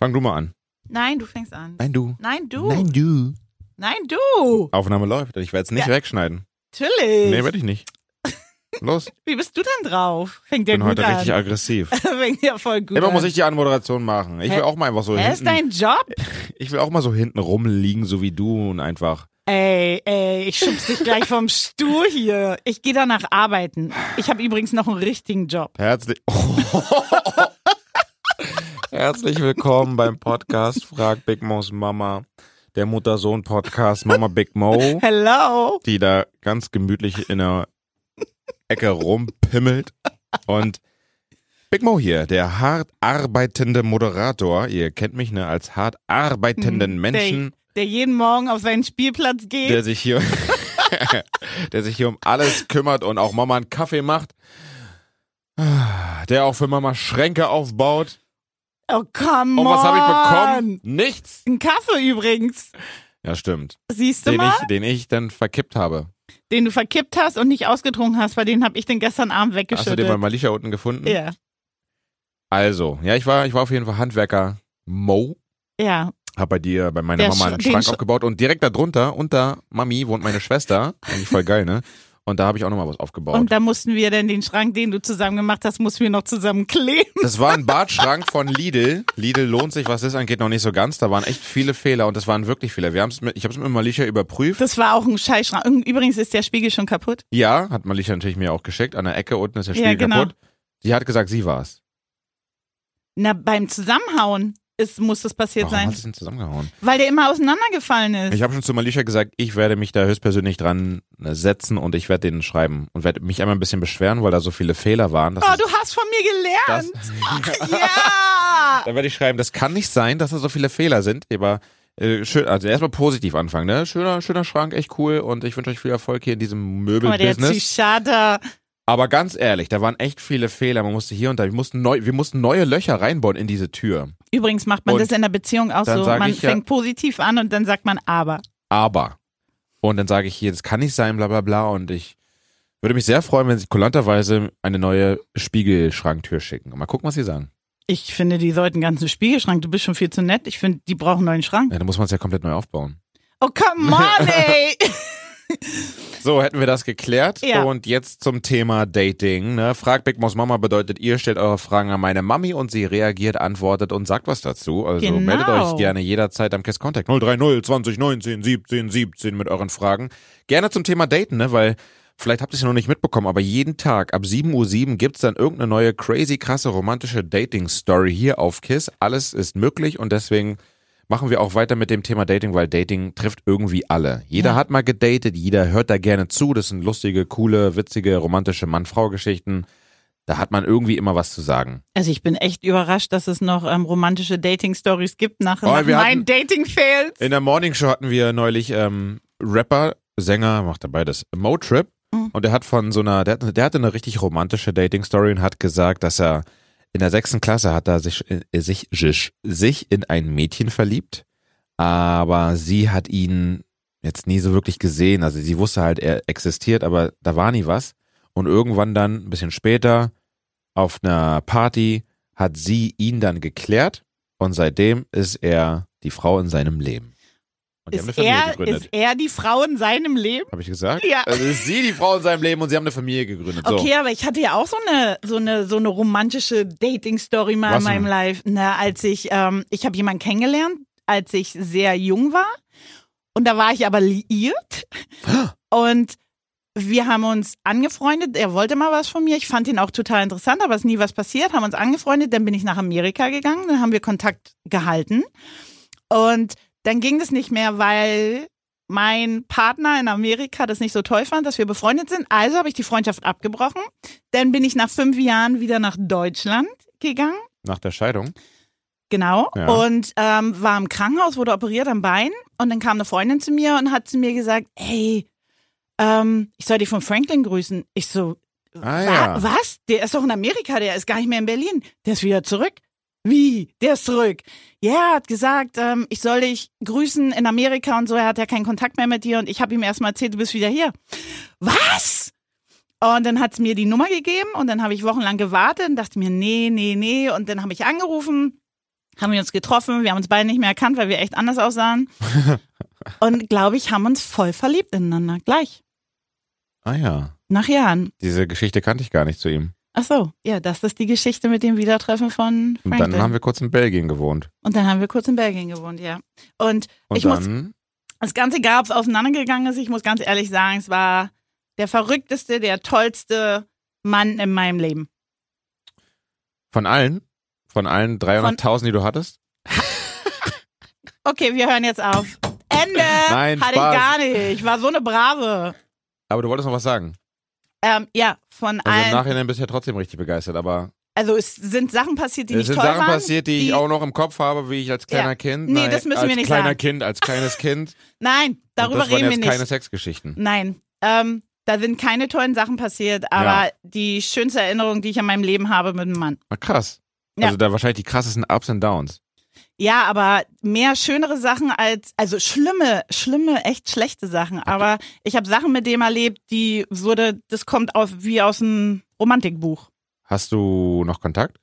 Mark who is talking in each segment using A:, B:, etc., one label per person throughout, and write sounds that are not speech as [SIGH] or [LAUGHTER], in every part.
A: Fang du mal an.
B: Nein, du fängst an.
A: Nein, du.
B: Nein, du.
A: Nein, du.
B: Nein, du.
A: Aufnahme läuft. Ich werde es nicht
B: Ja.
A: wegschneiden.
B: Natürlich.
A: Nee, werde ich
B: [LAUGHS]
A: nicht. Los,
B: Wie bist du denn drauf? Fängt ja
A: bin
B: gut
A: heute
B: an.
A: richtig
B: [LAUGHS]
A: aggressiv.
B: Fängt ja voll gut
A: Immer
B: an.
A: muss ich die Anmoderation machen. Ich will
B: Hä?
A: auch mal einfach so
B: Er ist
A: hinten,
B: dein Job?
A: ich will auch mal so hinten rumliegen, so wie du und einfach.
B: Ey, ey, ich schubs dich
A: [LAUGHS]
B: gleich vom Stuhl hier. Ich gehe danach arbeiten. Ich habe übrigens noch einen richtigen Job.
A: Herzlich. [LAUGHS] Herzlich willkommen beim Podcast Frag Big Mo's Mama. Der Mutter-Sohn-Podcast Mama Big Mo,
B: Hello.
A: die da ganz gemütlich in der Ecke rumpimmelt. Und Big Mo hier, der hart arbeitende Moderator. Ihr kennt mich ne, als hart arbeitenden Menschen.
B: Der jeden Morgen auf seinen Spielplatz geht.
A: der sich hier, [LAUGHS] der sich hier um alles kümmert und auch Mama einen Kaffee macht. Der auch für Mama Schränke aufbaut.
B: oh, come
A: Und
B: on.
A: was habe ich bekommen? Nichts.
B: Ein Kaffee übrigens.
A: Ja, stimmt.
B: Siehst du
A: Den
B: mal?
A: ich, den ich dann verkippt habe.
B: Den du verkippt hast und nicht ausgetrunken hast, bei denen habe ich den gestern Abend
A: Hast du den bei
B: weggeschüttet.
A: Malicia unten gefunden?
B: Ja,
A: Also, ja, ich war, ich war auf jeden Fall Handwerker Mo.
B: ja.
A: Hab bei dir, bei meiner
B: Der
A: Mama einen
B: Sch- den
A: Schrank
B: Sch-
A: aufgebaut und direkt darunter, unter Mami, wohnt meine Schwester. Eigentlich voll geil, ne? Und da habe ich auch nochmal was aufgebaut.
B: Und da mussten wir dann den Schrank, den du zusammen gemacht hast, mussten wir noch zusammen kleben. [LAUGHS]
A: Das war ein Badschrank von Lidl. Lidl lohnt sich, was das angeht, noch nicht so ganz. Da waren echt viele Fehler und das waren wirklich Fehler. Wir haben's mit, ich habe es mit Malicia überprüft.
B: Das war auch ein Scheißschrank. Üb- Übrigens ist der Spiegel schon kaputt.
A: ja, hat Malicia natürlich mir auch geschickt. An der Ecke unten ist der
B: Ja,
A: Spiegel
B: genau.
A: kaputt. Sie hat gesagt, sie war's.
B: Na, beim Zusammenhauen ist, muss das passiert
A: Warum hat
B: sein.
A: es denn zusammengehauen?
B: Weil der immer auseinandergefallen ist.
A: Ich habe schon zu Malicia gesagt, ich werde mich da höchstpersönlich dran äh, setzen und ich werde denen schreiben und werde mich einmal ein bisschen beschweren, weil da so viele Fehler waren. dass
B: oh,
A: es-
B: du hast von mir
A: das, [LAUGHS]
B: gelernt. [LAUGHS] ja.
A: Dann werde ich schreiben, das kann nicht sein, dass da so viele Fehler sind, aber äh, schön, also erstmal positiv anfangen, ne? Schöner, schöner Schrank, echt cool und ich wünsche euch viel Erfolg hier in diesem
B: Guck mal, der
A: Möbelbusiness.
B: Psychiater.
A: Aber ganz ehrlich, da waren echt viele Fehler. Man musste hier und da, wir mussten, neu, wir mussten neue Löcher reinbauen in diese Tür.
B: Übrigens macht man
A: Und
B: das in der Beziehung auch
A: dann
B: so.
A: sag
B: Man
A: ich ja-
B: fängt positiv an und dann sagt man aber.
A: Aber. Und dann sage ich hier, das kann nicht sein, bla bla bla. Und ich würde mich sehr freuen, wenn sie kulanterweise eine neue Spiegelschranktür schicken. Mal gucken, was sie sagen.
B: Ich finde, die sollten einen ganzen Spiegelschrank. Du bist schon viel zu nett. Ich finde, die brauchen einen neuen Schrank.
A: Ja, dann muss man es ja komplett neu aufbauen.
B: Oh, come
A: [LAUGHS]
B: on, ey.
A: So, hätten wir das geklärt.
B: Ja.
A: Und jetzt zum Thema Dating. Ne? Frag Big Moms Mama bedeutet, ihr stellt eure Fragen an meine Mami und sie reagiert, antwortet und sagt was dazu. Also
B: Genau.
A: meldet euch gerne jederzeit am Kiss Contact 030 2019 17 17 mit euren Fragen. Gerne zum Thema Daten, ne? weil vielleicht habt ihr es ja noch nicht mitbekommen, aber jeden Tag ab 7.07 Uhr gibt's dann irgendeine neue crazy, krasse, romantische Dating-Story hier auf Kiss. Alles ist möglich und deswegen machen wir auch weiter mit dem Thema Dating, weil Dating trifft irgendwie alle. Jeder
B: Ja.
A: hat mal gedatet, jeder hört da gerne zu. Das sind lustige, coole, witzige, romantische Mann-Frau-Geschichten. Da hat man irgendwie immer was zu sagen.
B: Also ich bin echt überrascht, dass es noch ähm, romantische Dating-Stories gibt nach,
A: Oh,
B: nach
A: wir
B: meinen Dating-Fails.
A: In der Morning Show hatten wir neulich ähm, Rapper, Sänger, macht er beides, Mo Trip.
B: Mhm.
A: Und der hat von so einer, der, hat- der hatte eine richtig romantische Dating-Story und hat gesagt, dass er in der sechsten Klasse hat er sich, äh, sich, sich, sich in ein Mädchen verliebt, aber sie hat ihn jetzt nie so wirklich gesehen. Also sie wusste halt, er existiert, aber da war nie was. Und irgendwann dann, ein bisschen später, auf einer Party, hat sie ihn dann geklärt und seitdem ist er die Frau in seinem Leben. Und die haben eine
B: Ist
A: Familie
B: er, ist
A: gegründet.
B: er die Frau in seinem Leben?
A: Habe ich gesagt?
B: Ja.
A: Also ist sie die Frau in seinem Leben und sie haben eine Familie gegründet. So.
B: Okay, aber ich hatte ja auch so eine so eine so eine romantische Dating Story mal
A: Was
B: in meinem
A: denn?
B: Life, ne, als ich ähm, ich habe jemanden kennengelernt, als ich sehr jung war und da war ich aber liiert und wir haben uns angefreundet, er wollte mal was von mir, ich fand ihn auch total interessant, aber es ist nie was passiert, haben uns angefreundet, dann bin ich nach Amerika gegangen, dann haben wir Kontakt gehalten und dann ging das nicht mehr, weil mein Partner in Amerika das nicht so toll fand, dass wir befreundet sind. Also habe ich die Freundschaft abgebrochen. Dann bin ich nach fünf Jahren wieder nach Deutschland gegangen.
A: Nach der Scheidung.
B: Genau.
A: Ja.
B: Und ähm, war im Krankenhaus, wurde operiert am Bein. Und dann kam eine Freundin zu mir und hat zu mir gesagt, hey, ähm, ich soll dich von Franklin grüßen. Ich so,
A: Ah,
B: "Wa-
A: ja.
B: was? Der ist doch in Amerika, der ist gar nicht mehr in Berlin. Der ist wieder zurück. Wie? Der ist zurück. Ja, er hat gesagt, ähm, ich soll dich grüßen in Amerika und so. Er hat ja keinen Kontakt mehr mit dir und ich habe ihm erstmal erzählt, du bist wieder hier. Was? Und dann hat's mir die Nummer gegeben und dann habe ich wochenlang gewartet und dachte mir, nee, nee, nee. Und dann habe ich angerufen haben wir uns getroffen, wir haben uns beide nicht mehr erkannt, weil wir echt anders
A: [LAUGHS]
B: aussahen. Und glaube ich, haben uns voll verliebt ineinander. Gleich.
A: Ah ja,
B: Nach Jahren.
A: diese Geschichte kannte ich gar nicht zu ihm.
B: Ach so, ja, das ist die Geschichte mit dem Wiedertreffen von
A: Und
B: Franklin.
A: dann haben wir kurz in Belgien gewohnt.
B: Und dann haben wir kurz in Belgien gewohnt, ja. Und
A: Und
B: Ich muss-
A: dann,
B: das Ganze gab es auseinandergegangen ist. Ich muss ganz ehrlich sagen, es war der verrückteste, der tollste Mann in meinem Leben.
A: von allen, von allen 300.000, die du hattest?
B: Okay, wir hören jetzt auf. Ende!
A: [LAUGHS] Nein,
B: Hatte
A: Spaß.
B: ich gar nicht. Ich war so eine Brave.
A: Aber du wolltest noch was sagen.
B: Ähm, ja,
A: Also
B: von
A: im
B: allen.
A: Nachhinein bist du ja trotzdem richtig begeistert, aber
B: Also es sind Sachen passiert, die
A: es
B: nicht
A: sind
B: toll
A: Sachen
B: waren.
A: passiert, die, ich auch noch im Kopf habe, wie ich als kleiner
B: Ja.
A: Kind.
B: Nee,
A: nein,
B: das müssen
A: als
B: wir nicht
A: kleiner
B: sagen.
A: Kind, als
B: [LAUGHS]
A: kleines Kind.
B: Nein,
A: und
B: darüber
A: das waren
B: reden wir
A: jetzt
B: nicht.
A: keine Sexgeschichten.
B: Nein, ähm, da sind keine tollen Sachen passiert, aber die schönste Erinnerung, die ich an meinem Leben habe mit einem Mann.
A: Ah, krass.
B: Ja.
A: Also da wahrscheinlich die krassesten Ups und Downs.
B: Ja, aber mehr schönere Sachen als, also schlimme, schlimme, echt schlechte Sachen. Aber ich habe Sachen mit dem erlebt, die wurde, das kommt auf, wie aus einem Romantikbuch.
A: Hast du noch Kontakt?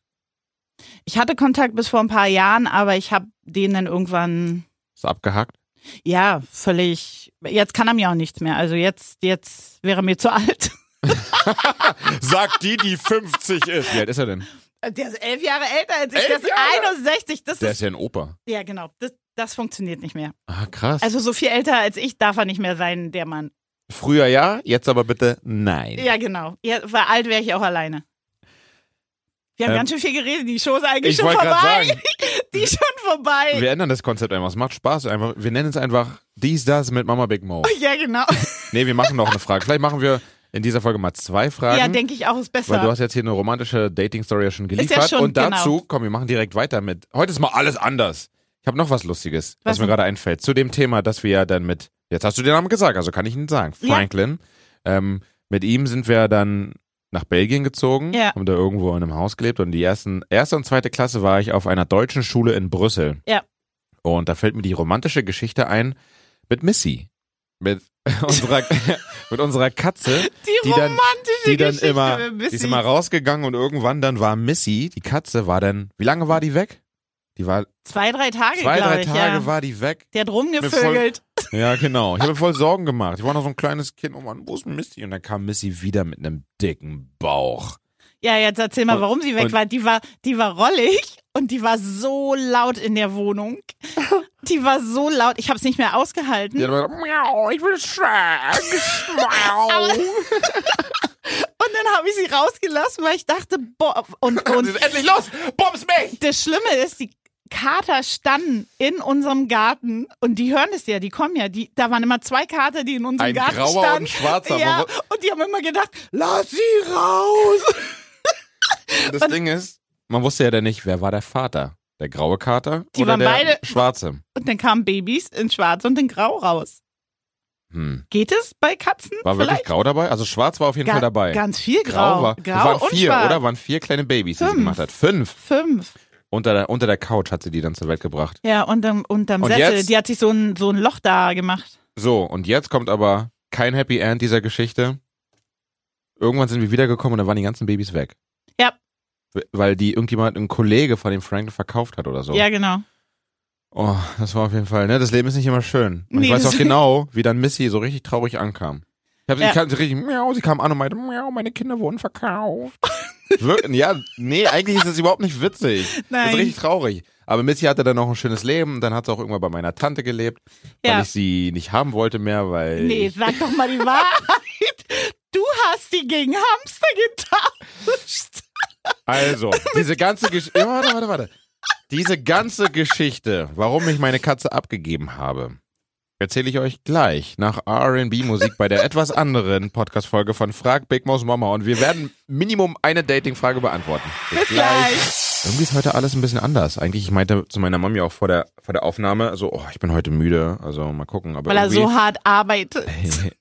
B: Ich hatte Kontakt bis vor ein paar Jahren, aber ich habe den dann irgendwann
A: Ist abgehakt?
B: Ja, völlig. Jetzt kann er mir auch nichts mehr. Also jetzt, jetzt wäre mir zu [LAUGHS] alt.
A: [LAUGHS] Sagt die, die 50 ist. Wie alt ist er denn?
B: Der ist elf Jahre älter als ich.
A: Elf
B: der ist
A: Jahre?
B: 61. Das
A: Der
B: ist,
A: ist ja ein Opa.
B: ja, genau. Das, das funktioniert nicht mehr.
A: Ah, krass.
B: Also so viel älter als ich darf er nicht mehr sein, der Mann.
A: Früher ja, jetzt aber bitte nein.
B: Ja, genau. Ja, weil alt wäre ich auch alleine. Wir haben
A: Ähm,
B: ganz schön viel geredet. Die Show ist eigentlich
A: Ich
B: schon
A: wollte
B: vorbei.
A: gerade sagen,
B: [LAUGHS] Die ist schon vorbei.
A: wir ändern das Konzept einfach. Es macht Spaß einfach. Wir nennen es einfach dies, das mit Mama Big Mo.
B: ja, genau.
A: Nee, wir machen noch eine Frage. Vielleicht machen wir in dieser Folge mal zwei Fragen.
B: Ja, denke ich auch, ist besser.
A: Weil du hast jetzt hier eine romantische Dating-Story ja schon geliefert.
B: ja schon, genau.
A: und dazu, komm, wir machen direkt weiter mit. Heute ist mal alles anders. Ich habe noch was Lustiges, was,
B: Was
A: mir
B: denn?
A: gerade einfällt. Zu dem Thema, dass wir ja dann mit, jetzt hast du den Namen gesagt, also kann ich ihn sagen,
B: Ja.
A: Franklin. Ähm, mit ihm sind wir dann nach Belgien gezogen,
B: Ja.
A: haben da irgendwo in einem Haus gelebt und die ersten, erste und zweite Klasse war ich auf einer deutschen Schule in Brüssel.
B: Ja.
A: Und da fällt mir die romantische Geschichte ein mit Missy. Mit [LAUGHS] unserer, mit unserer Katze,
B: die,
A: die dann-
B: romantische
A: die dann
B: Geschichte.
A: immer,
B: mit
A: die ist
B: Missy.
A: immer rausgegangen und irgendwann dann war Missy, die Katze, war dann, wie lange war die weg? Die war
B: zwei, drei Tage,
A: zwei,
B: glaube
A: drei
B: ich.
A: Tage
B: ja.
A: war die weg.
B: der hat rumgevögelt.
A: Ja, genau. Ich habe mir voll Sorgen gemacht. Ich war noch so ein kleines Kind. Oh Mann, wo ist Missy? Und dann kam Missy wieder mit einem dicken Bauch.
B: Ja, jetzt erzähl mal,
A: Und-
B: warum sie weg
A: und-
B: war. Die war, die war rollig und die war so laut in
A: [LAUGHS]
B: der Wohnung. Die war so laut, ich habe es nicht mehr ausgehalten.
A: Die hat immer gesagt, miau, ich will
B: [LAUGHS]
A: schlagen. Miau.
B: Und dann habe ich sie rausgelassen, weil ich dachte, boah,
A: [LAUGHS]
B: und,
A: Und sie
B: und
A: ist endlich los. Bums mich.
B: das Schlimme ist, die Kater standen in unserem Garten und die hören es ja, die kommen ja. Die, da waren immer zwei Kater, die in unserem
A: Ein
B: Garten
A: grauer und
B: standen.
A: ein schwarzer.
B: Ja,
A: Warum-
B: und die haben immer gedacht, lass sie raus.
A: [LAUGHS] Das Ding ist, man wusste ja dann nicht, wer war der Vater? Der graue Kater
B: Die
A: oder
B: waren
A: der
B: beide-
A: schwarze?
B: Und dann kamen Babys in schwarz und in grau raus.
A: Hm.
B: Geht es bei Katzen?
A: War
B: Vielleicht?
A: wirklich grau dabei? Also schwarz war auf jeden
B: Ga-
A: Fall dabei.
B: Ganz viel grau.
A: grau war.
B: Grau
A: es waren
B: und
A: vier,
B: schwarz.
A: oder? Waren vier kleine Babys, die sie
B: Fünf.
A: gemacht hat. Fünf.
B: Fünf.
A: Unter der, unter der Couch hat sie die dann zur Welt gebracht.
B: Ja, unterm, unterm
A: Und
B: Sessel.
A: jetzt?
B: Die hat sich so ein, so ein Loch da gemacht.
A: So, und jetzt kommt aber kein Happy End dieser Geschichte. Irgendwann sind wir wiedergekommen und dann waren die ganzen Babys weg.
B: Ja.
A: W- Weil die irgendjemand, ein Kollege von dem Franklin verkauft hat oder so.
B: Ja, genau.
A: Oh, das war auf jeden Fall, ne? Das Leben ist nicht immer schön. Und
B: Nee,
A: ich weiß auch
B: deswegen-
A: genau, wie dann Missy so richtig traurig ankam. Ich hab, sie-
B: Ja.
A: ich hab sie richtig, miau, sie kam an und meinte, miau, meine Kinder wurden
B: [LAUGHS]
A: verkauft. Wirklich, ja, nee, eigentlich ist das überhaupt nicht witzig. Das
B: Nein.
A: ist richtig traurig. Aber Missy hatte dann auch ein schönes Leben. Dann hat sie auch irgendwann bei meiner Tante gelebt, weil
B: Ja.
A: ich sie nicht haben wollte mehr, weil.
B: Nee,
A: ich-
B: sag doch mal die Wahrheit. Du hast die gegen Hamster getauscht. [LAUGHS]
A: Also, diese ganze Geschichte. Ja, warte, warte, warte. Diese ganze Geschichte, warum ich meine Katze abgegeben habe, erzähle ich euch gleich nach RB-Musik bei der etwas anderen Podcast-Folge von Frag Big Mo's Mama. Und wir werden Minimum eine Dating-Frage beantworten.
B: Bis gleich.
A: Irgendwie ist heute alles ein bisschen anders. Eigentlich, ich meinte zu meiner Mami auch vor der, vor der Aufnahme, so, oh, ich bin heute müde, also mal gucken. Aber [LAUGHS]
B: Weil er
A: irgendwie,
B: so hart arbeitet.
A: Hey,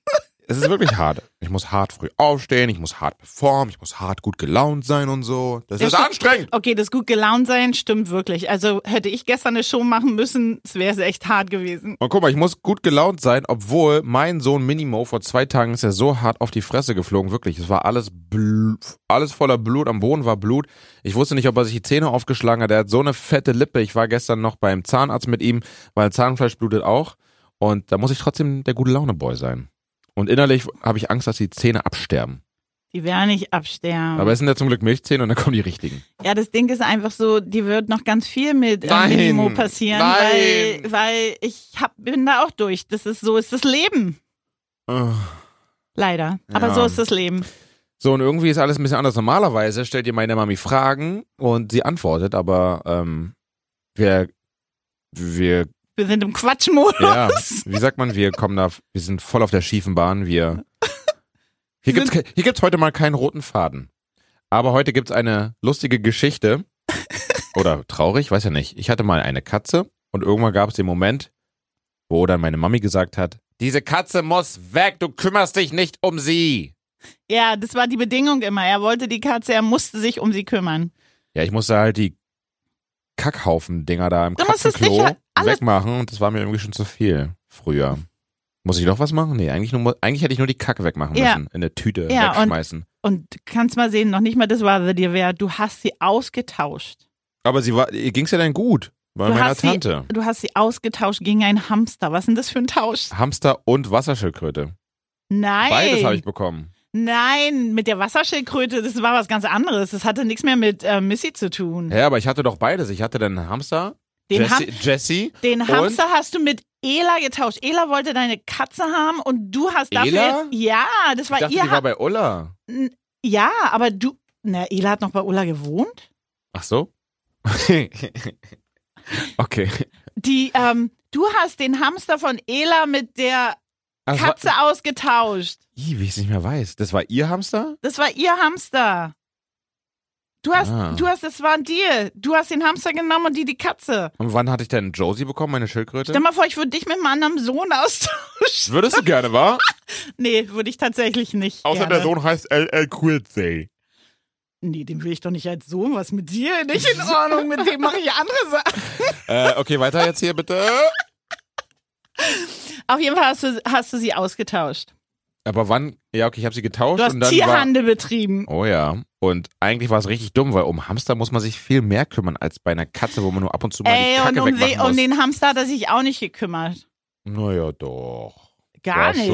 A: es ist wirklich hart. Ich muss hart früh aufstehen, ich muss hart performen, ich muss hart gut gelaunt sein und so. Das
B: Ja,
A: ist
B: stimmt.
A: anstrengend.
B: Okay, das gut gelaunt sein stimmt wirklich. Also hätte ich gestern eine Show machen müssen, es wäre echt hart gewesen.
A: Und guck mal, ich muss gut gelaunt sein, obwohl mein Sohn Minimo vor zwei Tagen ist ja so hart auf die Fresse geflogen, wirklich. Es war alles bl alles voller Blut, am Boden war Blut. Ich wusste nicht, ob er sich die Zähne aufgeschlagen hat. Er hat so eine fette Lippe. Ich war gestern noch beim Zahnarzt mit ihm, weil Zahnfleisch blutet auch. Und da muss ich trotzdem der gute Laune-Boy sein. Und innerlich habe ich Angst, dass die Zähne absterben.
B: Die werden nicht absterben.
A: Aber es sind ja zum Glück Milchzähne und dann kommen die richtigen.
B: ja, das Ding ist einfach so, die wird noch ganz viel mit äh,
A: Nein.
B: Minimo passieren,
A: Nein.
B: weil weil ich hab, bin da auch durch. Das ist so ist das Leben. Leider. Aber
A: Ja.
B: so ist das Leben.
A: So, und irgendwie ist alles ein bisschen anders. Normalerweise stellt ihr meine Mami Fragen und sie antwortet, aber ähm, wir, wir,
B: Wir sind im Quatschmodus.
A: ja, wie sagt man, wir kommen da, wir sind voll auf der schiefen Bahn, wir. Hier gibt's, ke- hier gibt's heute mal keinen roten Faden. Aber heute gibt's eine lustige Geschichte. Oder traurig, weiß ja nicht. Ich hatte mal eine Katze und irgendwann gab's den Moment, wo dann meine Mami gesagt hat, diese Katze muss weg, du kümmerst dich nicht um sie.
B: Ja, das war die Bedingung immer. Er wollte die Katze, er musste sich um sie kümmern.
A: Ja, ich musste halt die Kackhaufen-Dinger da im
B: Du musstest
A: Katzenklo
B: sicher alles-
A: wegmachen und das war mir irgendwie schon zu viel früher. Muss ich noch was machen? Nee, eigentlich, nur, eigentlich hätte ich nur die Kacke wegmachen
B: Ja.
A: müssen. In eine Tüte
B: Ja, und-
A: wegschmeißen.
B: Und du kannst mal sehen, noch nicht mal das war dir wert. Du hast sie ausgetauscht.
A: Aber sie war, ihr ging's ja dann gut. Bei
B: Du
A: meiner
B: hast sie-
A: Tante.
B: Du hast sie ausgetauscht gegen einen Hamster. Was ist denn das für ein Tausch?
A: Hamster und Wasserschildkröte.
B: Nein.
A: Beides habe ich bekommen.
B: Nein, mit der Wasserschildkröte, das war was ganz anderes. Das hatte nichts mehr mit äh, Missy zu tun.
A: Ja, aber ich hatte doch beides. Ich hatte dann einen Hamster,
B: Den,
A: Jesse,
B: Ham
A: Jessie,
B: den
A: und?
B: Hamster hast du mit Ela getauscht. Ela wollte deine Katze haben und du hast dafür
A: Ela?
B: jetzt. Ja, das
A: ich
B: war
A: dachte,
B: ihr.
A: die war bei Ulla.
B: ja, aber du. Na, Ela hat noch bei Ulla gewohnt.
A: Ach so? [LAUGHS] okay.
B: Die, ähm, du hast den Hamster von Ela mit der
A: Also,
B: Katze ausgetauscht.
A: Ih, wie ich es nicht mehr weiß. Das war ihr Hamster?
B: Das war ihr Hamster. Du hast,
A: Ah.
B: du hast, das war ein Deal. Du hast den Hamster genommen und die die Katze.
A: Und wann hatte ich denn Josie bekommen, meine Schildkröte?
B: Stell mal vor, ich würde dich mit meinem anderen Sohn austauschen.
A: Würdest du gerne, wa?
B: [LAUGHS] Nee, würde ich tatsächlich nicht.
A: Außer
B: gerne.
A: der Sohn heißt LL Quiltsey.
B: Nee, dem will ich doch nicht als Sohn. Was mit dir? Nicht [LAUGHS] in Ordnung. Mit dem mache ich andere Sachen.
A: Äh, okay, weiter jetzt hier bitte.
B: Auf jeden Fall hast du, hast du sie ausgetauscht.
A: Aber wann? Ja, okay, ich habe sie getauscht
B: Du hast
A: und Oh, dann
B: Tierhandel betrieben.
A: war. Oh ja. Und eigentlich war es richtig dumm, weil um Hamster muss man sich viel mehr kümmern als bei einer Katze, wo man nur ab und zu mal
B: Ey,
A: die
B: und
A: Kacke
B: um,
A: wegmachen
B: den- um
A: muss.
B: den Hamster hat er sich auch nicht gekümmert.
A: Naja, doch.
B: Gar
A: Ja,
B: nicht.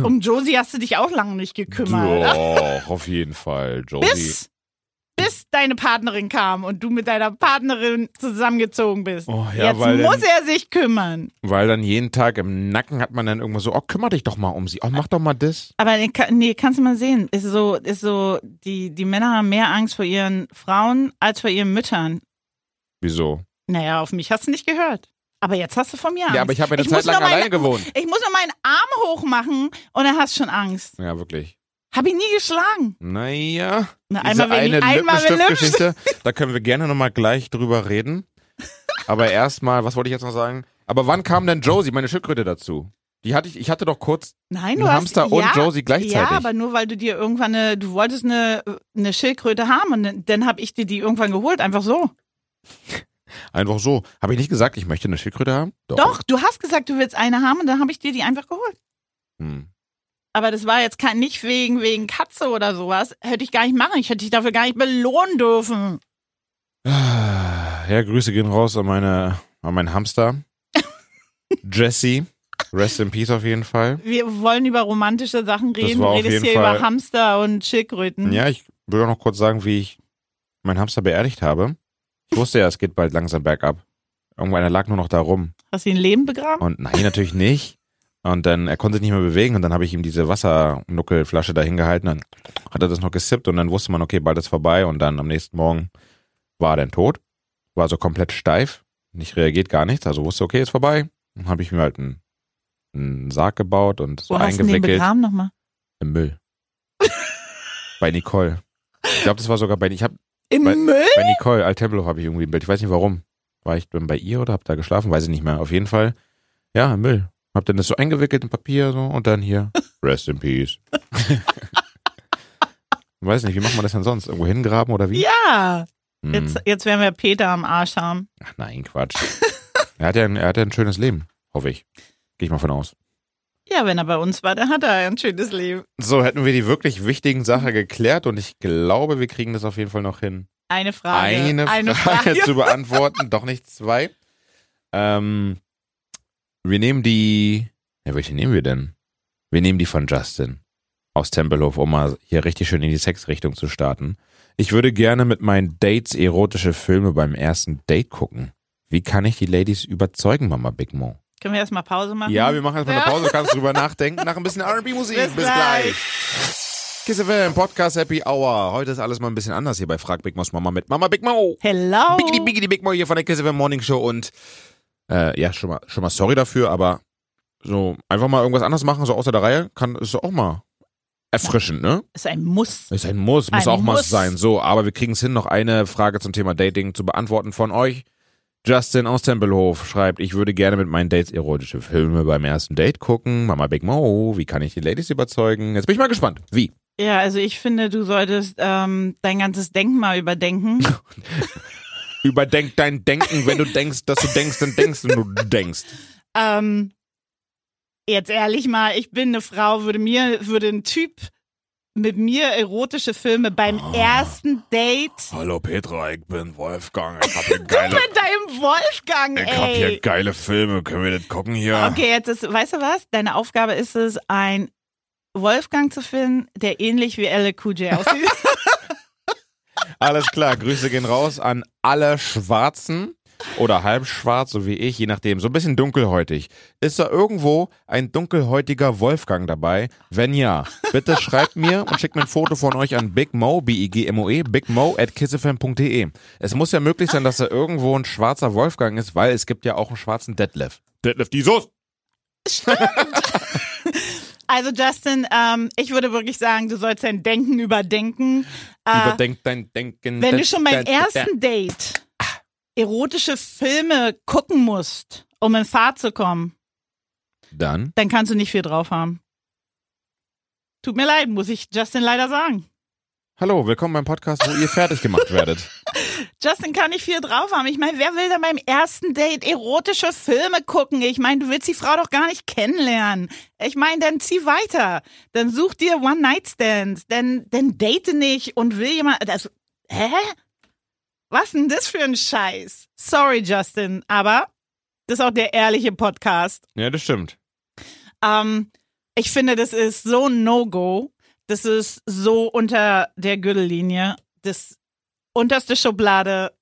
A: schon. [LAUGHS]
B: Um Josie hast du dich auch lange nicht gekümmert.
A: Doch, auf jeden Fall, Josie.
B: Bis, bis deine Partnerin kam und du mit deiner Partnerin zusammengezogen bist.
A: Oh, ja,
B: Jetzt
A: weil
B: muss
A: dann-
B: er sich kümmern.
A: Weil dann jeden Tag im Nacken hat man dann irgendwo so, oh, kümmere dich doch mal um sie. Oh, mach doch mal das.
B: Aber nee, ka- nee, kannst du mal sehen. Ist so, ist so, die, die Männer haben mehr Angst vor ihren Frauen als vor ihren Müttern.
A: Wieso?
B: Naja, auf mich hast du nicht gehört. Aber jetzt hast du von mir Angst.
A: Ja, aber ich habe ja eine
B: Ich
A: Zeit
B: muss
A: lang
B: noch meine-
A: alleine gewohnt.
B: Ich muss nur meinen Arm hochmachen und dann hast du schon Angst.
A: Ja, wirklich.
B: Habe ich nie geschlagen.
A: Naja,
B: Na,
A: diese
B: einmal wegen,
A: eine
B: einmal wegen Lippenstift.
A: Lippenstiftgeschichte, da können wir gerne nochmal gleich drüber reden. Aber erstmal, was wollte ich jetzt noch sagen? Aber wann kam denn Josie, meine Schildkröte, dazu? Die hatte ich, ich hatte doch kurz
B: Nein, du
A: einen
B: hast
A: Hamster und
B: ja,
A: Josie
B: Ja,
A: gleichzeitig.
B: aber nur weil du dir irgendwann eine, du wolltest eine, eine Schildkröte haben und dann- dann habe ich dir die irgendwann geholt, einfach so.
A: Einfach so. Habe ich nicht gesagt, ich möchte eine Schildkröte haben?
B: Doch, du hast gesagt, du willst eine haben und dann habe ich dir die einfach geholt.
A: Hm.
B: Aber das war jetzt kein, nicht wegen, wegen Katze oder sowas. Hätte ich gar nicht machen. Ich hätte dich dafür gar nicht belohnen dürfen.
A: Ah, Ja, Grüße gehen raus an meine, an meinen
B: [LAUGHS]
A: Hamster. Jesse. Rest in peace auf jeden Fall.
B: Wir wollen über romantische Sachen reden.
A: war
B: Du
A: auf
B: redest
A: jeden
B: hier
A: Fall-
B: über Hamster und Schildkröten.
A: Ja, ich will auch noch kurz sagen, wie ich meinen Hamster beerdigt habe. Ich wusste ja, es geht bald langsam bergab. Irgendeiner lag nur noch da rum.
B: Hast du ihn Leben begraben?
A: Und nein, natürlich nicht. Und dann, er konnte sich nicht mehr bewegen und dann habe ich ihm diese Wassernuckelflasche da hingehalten. Dann hat er das noch gesippt und dann wusste man, okay, bald ist vorbei. Und dann am nächsten Morgen war er dann tot. War so komplett steif, nicht reagiert, gar nichts. Also wusste, okay, ist vorbei. Dann habe ich mir halt einen, einen Sarg gebaut und so
B: Wo hast du den
A: eingewickelt
B: begraben nochmal?
A: im Müll. bei Nicole. Ich glaube, das war sogar bei, ich hab,
B: Im
A: Weil-
B: Müll?
A: bei Hm. Nicole Altenblow habe ich irgendwie ein Bild. Ich weiß nicht warum. War ich dann bei ihr oder hab da geschlafen? Weiß ich nicht mehr. Auf jeden Fall. Ja, im Müll. Hab dann das so eingewickelt in Papier so und dann hier Rest in Peace. [LAUGHS] Weiß nicht, wie macht man das denn sonst? Irgendwo hingraben oder wie?
B: Ja,
A: Hm.
B: jetzt, jetzt werden wir Peter am Arsch haben.
A: Ach nein, Quatsch. er, hat ja ein, er hat ja ein schönes Leben, hoffe ich. Gehe ich mal von aus.
B: Ja, wenn er bei uns war, dann hat er ein schönes Leben.
A: So, hätten wir die wirklich wichtigen Sachen geklärt und ich glaube, wir kriegen das auf jeden Fall noch hin.
B: Eine Frage.
A: Eine, Frage, [LAUGHS] zu beantworten, doch nicht zwei. Ähm, wir nehmen die. Ja, welche nehmen wir denn? Wir nehmen die von Justin aus Tempelhof, um mal hier richtig schön in die Sexrichtung zu starten. Ich würde gerne mit meinen Dates erotische Filme beim ersten Date gucken. Wie kann ich die Ladies überzeugen, Mama Big Mo?
B: [LAUGHS] Können wir erstmal Pause machen?
A: Ja, wir machen jetzt mal eine
B: Ja.
A: Pause, kannst drüber nachdenken, nach ein bisschen [LAUGHS] R&B-Musik.
B: Bis
A: Bis, gleich. Kiss FM, Podcast Happy Hour. Heute ist alles mal ein bisschen anders hier bei Frag Big Mo's Mama mit Mama Big Mo.
B: Hello.
A: Biggity Biggity Big Mo hier von der Kiss FM Morning Show und äh, ja, schon mal, schon mal sorry dafür, aber so einfach mal irgendwas anderes machen, so außer der Reihe, kann ist doch auch mal erfrischend, ne?
B: Ist ein Muss.
A: Ist ein Muss, muss
B: Ein
A: auch mal
B: Muss.
A: sein. So, aber wir kriegen es hin, noch eine Frage zum Thema Dating zu beantworten von euch. Justin aus Tempelhof schreibt, ich würde gerne mit meinen Dates erotische Filme beim ersten Date gucken. Mama Big Mo, wie kann ich die Ladies überzeugen? Jetzt bin ich mal gespannt. Wie?
B: Ja, also ich finde, du solltest ähm, dein ganzes Denken mal überdenken.
A: [LAUGHS] Überdenk dein Denken, wenn du denkst, dass du denkst, dann denkst du, du denkst.
B: ähm, jetzt ehrlich mal, ich bin eine Frau, würde mir, würde ein Typ mit mir erotische Filme beim
A: Oh.
B: ersten Date.
A: Hallo Petra, ich bin Wolfgang. Ich hab hier geile,
B: Mit deinem Wolfgang, ey.
A: geile Filme. Können wir das gucken hier?
B: Okay, jetzt ist, weißt du was? Deine Aufgabe ist es, ein Wolfgang zu finden, der ähnlich wie Elle Cool
A: [LAUGHS]
B: J aussieht.
A: Alles klar, Grüße gehen raus an alle Schwarzen oder halbschwarz, so wie ich, je nachdem, so ein bisschen dunkelhäutig. Ist da irgendwo ein dunkelhäutiger Wolfgang dabei? Wenn ja, bitte schreibt mir und schickt mir ein Foto von euch an bigmo, B-I-G-M-O-E, E, bigmo at kissfm.de. E. Es muss ja möglich sein, dass da irgendwo ein schwarzer Wolfgang ist, weil es gibt ja auch einen schwarzen Detlef. Detlef, die Soße!
B: also Justin, ähm, ich würde wirklich sagen, du sollst dein Denken überdenken. Äh,
A: Überdenk dein Denken.
B: Wenn du schon beim ersten Date erotische Filme gucken musst, um in Fahrt zu kommen,
A: Dann
B: dann kannst du nicht viel drauf haben. Tut mir leid, muss ich Justin leider sagen.
A: Hallo, willkommen beim Podcast, wo ihr fertig gemacht werdet.
B: [LAUGHS] Justin kann nicht viel drauf haben. Ich meine, wer will denn beim ersten Date erotische Filme gucken? Ich meine, du willst die Frau doch gar nicht kennenlernen. Ich meine, dann zieh weiter. Dann such dir One-Night-Stands. Dann, dann date nicht und will jemand. Das, hä? Was denn das für ein Scheiß? Sorry, Justin, aber das ist auch der ehrliche Podcast.
A: Ja, das stimmt.
B: Ähm, ich finde, das ist so ein No-Go. Das ist so unter der Gürtellinie. Das unterste Schublade.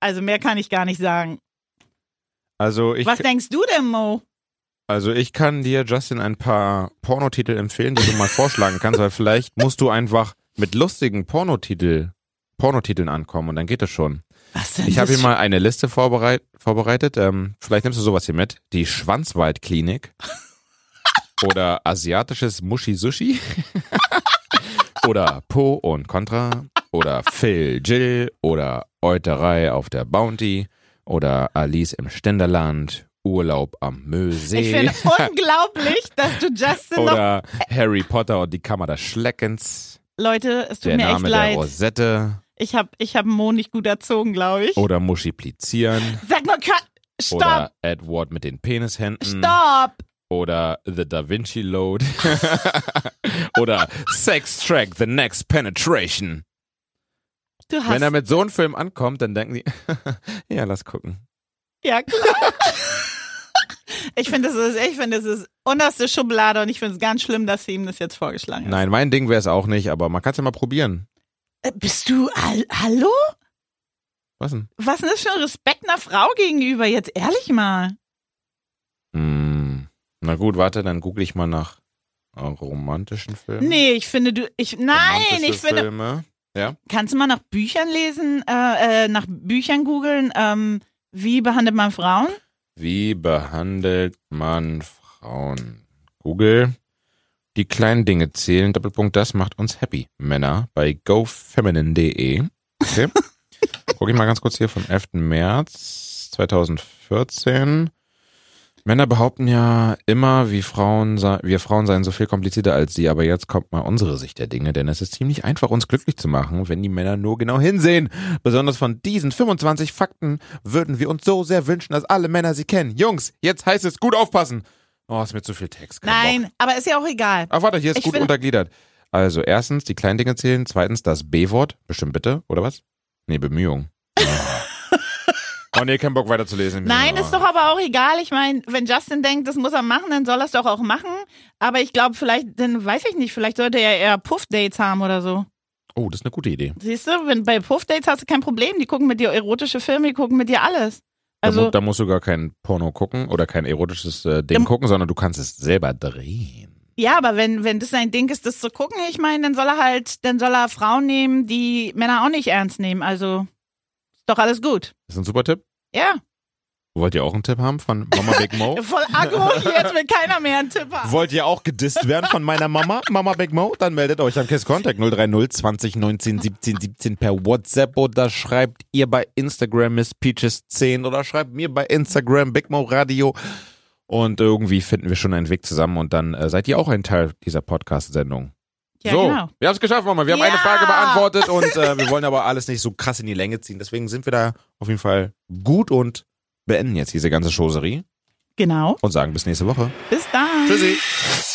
B: Also mehr kann ich gar nicht sagen.
A: Also ich
B: Was denkst du denn, Mo?
A: Also ich kann dir, Justin, ein paar Pornotitel empfehlen, die du mal vorschlagen kannst, weil vielleicht musst du einfach mit lustigen Pornotitel, Pornotiteln ankommen und dann geht es schon.
B: Was denn
A: Ich habe
B: das
A: hier mal eine Liste vorbereit, vorbereitet. Ähm, vielleicht nimmst du sowas hier mit. Die Schwanzwaldklinik
B: [LAUGHS]
A: oder asiatisches Mushi-Sushi [LAUGHS] oder Po und Contra oder Phil Jill oder Euterei auf der Bounty oder Alice im Ständerland. Urlaub am Mösee.
B: Ich finde
A: [LAUGHS]
B: unglaublich, dass du Justin noch...
A: Oder Harry Potter und die Kammer des Schleckens.
B: Leute, es tut
A: Der
B: mir
A: Name
B: echt
A: der
B: leid.
A: Rosette.
B: Ich habe ich hab Mo nicht gut erzogen, glaube ich.
A: Oder Muschiplizieren.
B: Sag mal, Ka- stopp,
A: Oder hm. Edward mit den Penishänden.
B: stopp.
A: Oder The Da Vinci Load. [LAUGHS] Oder Sex Track, The Next Penetration.
B: Du
A: Wenn er
B: hast...
A: mit so einem Film ankommt, dann denken die, [LAUGHS] ja, lass gucken.
B: Ja, klar. Ich finde, das ist, ich finde, das ist unterste Schublade und ich finde es ganz schlimm, dass sie ihm das jetzt vorgeschlagen hat.
A: Nein, mein Ding wäre es auch nicht, aber man kann es ja mal probieren.
B: Äh, Bist du, hall- hallo?
A: Was denn?
B: Was ist das für ein Respekt einer Frau gegenüber? Jetzt ehrlich mal.
A: Hm. Na gut, warte, dann google ich mal nach äh, romantischen Filmen.
B: Nee, ich finde, du, ich, nein,
A: Romantische
B: ich finde,
A: Filme.
B: kannst du mal nach Büchern lesen, äh, äh, nach Büchern googeln, ähm, wie behandelt man Frauen?
A: Wie behandelt man Frauen? Google. Die kleinen Dinge zählen. Doppelpunkt, das macht uns happy. Männer bei gofeminine.de. Okay. Guck ich mal ganz kurz hier vom 11. März 2014. Männer behaupten ja immer, wie Frauen, sei- wir Frauen seien so viel komplizierter als sie, aber jetzt kommt mal unsere Sicht der Dinge, denn es ist ziemlich einfach, uns glücklich zu machen, wenn die Männer nur genau hinsehen. Besonders von diesen 25 Fakten würden wir uns so sehr wünschen, dass alle Männer sie kennen. Jungs, jetzt heißt es gut aufpassen. Oh, ist mir zu viel Text. kein Bock.
B: Nein, aber ist ja auch egal.
A: Ach, warte, hier ist
B: Ich
A: gut
B: will-
A: untergliedert. Also, erstens, die kleinen Dinge zählen. Zweitens, das B-Wort. Bestimmt bitte, oder was? Nee,
B: [LAUGHS]
A: Bemühung. oh nee, kein Bock weiterzulesen.
B: Nein, ist doch aber auch egal. Ich meine, wenn Justin denkt, das muss er machen, dann soll er es doch auch machen. Aber ich glaube, vielleicht, dann weiß ich nicht, vielleicht sollte er eher Puff-Dates haben oder so.
A: Oh, das ist eine gute Idee.
B: Siehst du, wenn, bei Puff-Dates hast du kein Problem. Die gucken mit dir erotische Filme, die gucken mit dir alles.
A: Also, da, mu
B: Also,
A: da musst du gar kein Porno gucken oder kein erotisches äh, Ding
B: Im-
A: gucken, sondern du kannst es selber drehen.
B: ja, aber wenn, wenn das sein Ding ist, das zu gucken, ich meine, dann soll er halt, dann soll er Frauen nehmen, die Männer auch nicht ernst nehmen. Also, ist doch alles gut.
A: Das ist ein super Tipp.
B: Ja.
A: Wollt ihr auch einen Tipp haben von Mama Big Mo?
B: Voll
A: [LAUGHS]
B: aggro, hier, jetzt will keiner mehr einen Tipp haben.
A: Wollt ihr auch gedisst werden von meiner Mama, Mama Big Mo? Dann meldet euch am Kiss Contact 030 20 19 17 17 per WhatsApp oder schreibt ihr bei Instagram Miss Peaches 10 oder schreibt mir bei Instagram Big Mo Radio. Und irgendwie finden wir schon einen Weg zusammen und dann äh, seid ihr auch ein Teil dieser Podcast-Sendung.
B: Ja,
A: so,
B: genau.
A: wir haben es geschafft, Mama. Wir haben eine
B: Ja.
A: Frage beantwortet und äh, wir wollen aber alles nicht so krass in die Länge ziehen. Deswegen sind wir da auf jeden Fall gut und beenden jetzt diese ganze Choserie
B: Genau.
A: und sagen bis nächste Woche.
B: Bis dann.
A: Tschüssi.